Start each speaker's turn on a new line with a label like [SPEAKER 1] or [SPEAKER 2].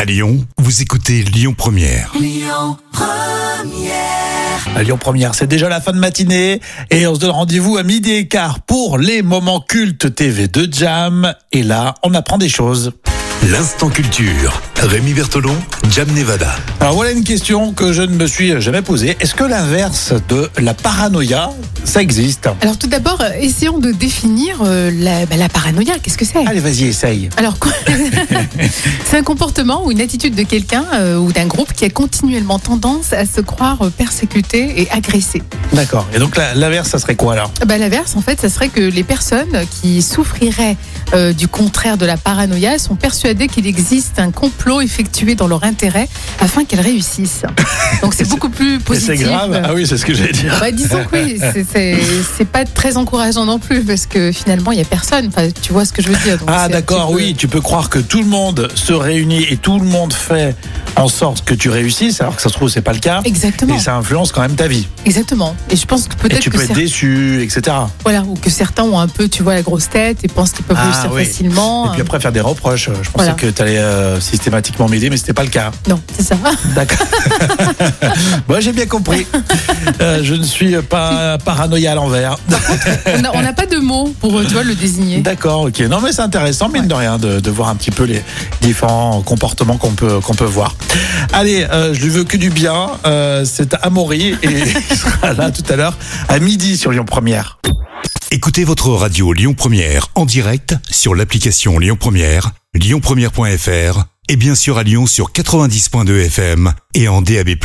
[SPEAKER 1] À Lyon, vous écoutez Lyon Première.
[SPEAKER 2] À Lyon Première, c'est déjà la fin de matinée et on se donne rendez-vous à midi et quart pour les moments cultes TV de Jam. Et là, on apprend des choses.
[SPEAKER 1] L'instant culture. Rémi Bertolon, Jam Nevada.
[SPEAKER 2] Alors voilà une question que je ne me suis jamais posée. Est-ce que l'inverse de la paranoïa, ça existe
[SPEAKER 3] Alors tout d'abord, euh, essayons de définir euh, la, bah, la paranoïa. Qu'est-ce que c'est
[SPEAKER 2] Allez, vas-y, essaye.
[SPEAKER 3] Alors, quoi- c'est un comportement ou une attitude de quelqu'un euh, ou d'un groupe qui a continuellement tendance à se croire euh, persécuté et agressé.
[SPEAKER 2] D'accord. Et donc la- l'inverse, ça serait quoi alors
[SPEAKER 3] Ah Bah, L'inverse, en fait, ça serait que les personnes qui souffriraient euh, du contraire de la paranoïa sont persuadées qu'il existe un complot effectué dans leur intérêt afin qu'elles réussissent. Donc c'est beaucoup plus
[SPEAKER 2] Et
[SPEAKER 3] positif.
[SPEAKER 2] C'est grave Ah oui, c'est ce que j'allais dire.
[SPEAKER 3] Bah, disons que oui, c'est- c'est- c'est pas très encourageant non plus parce que finalement il y a personne. Enfin, tu vois ce que je veux dire. donc c'est
[SPEAKER 2] Ah
[SPEAKER 3] un
[SPEAKER 2] d'accord,
[SPEAKER 3] petit peu-
[SPEAKER 2] oui, tu peux croire que tout le monde se réunit et tout le monde fait en sorte que tu réussisses, alors que ça se trouve c'est pas le cas.
[SPEAKER 3] Exactement,
[SPEAKER 2] Et ça influence quand même ta vie.
[SPEAKER 3] exactement. Et je pense que
[SPEAKER 2] Et
[SPEAKER 3] peut-être
[SPEAKER 2] tu
[SPEAKER 3] que,
[SPEAKER 2] peux être
[SPEAKER 3] cer-
[SPEAKER 2] déçu, etc.
[SPEAKER 3] voilà, ou que certains ont un peu, tu vois, la grosse tête et pensent qu'ils peuvent
[SPEAKER 2] Ah,
[SPEAKER 3] réussir
[SPEAKER 2] oui.
[SPEAKER 3] facilement.
[SPEAKER 2] Et puis après faire des reproches. Je pensais
[SPEAKER 3] Voilà.
[SPEAKER 2] que tu allais systématiquement m'aider, mais c'était pas le cas.
[SPEAKER 3] Non, c'est ça.
[SPEAKER 2] D'accord. Moi j'ai bien compris. Euh, je ne suis pas paranoïa à l'envers.
[SPEAKER 3] On n'a- on n'a pas de mots pour, euh, tu vois, le désigner.
[SPEAKER 2] D'accord, ok. Non, mais c'est intéressant, mine de rien, de, de voir un petit peu les différents comportements qu'on peut, qu'on peut voir. Allez, euh, je lui veux que du bien. Euh, c'est Amaury et il sera là tout à l'heure à midi sur Lyon Première.
[SPEAKER 1] Écoutez votre radio Lyon Première en direct sur l'application Lyon Première, lyonpremière.fr et bien sûr à Lyon sur 90.2 FM et en DAB+.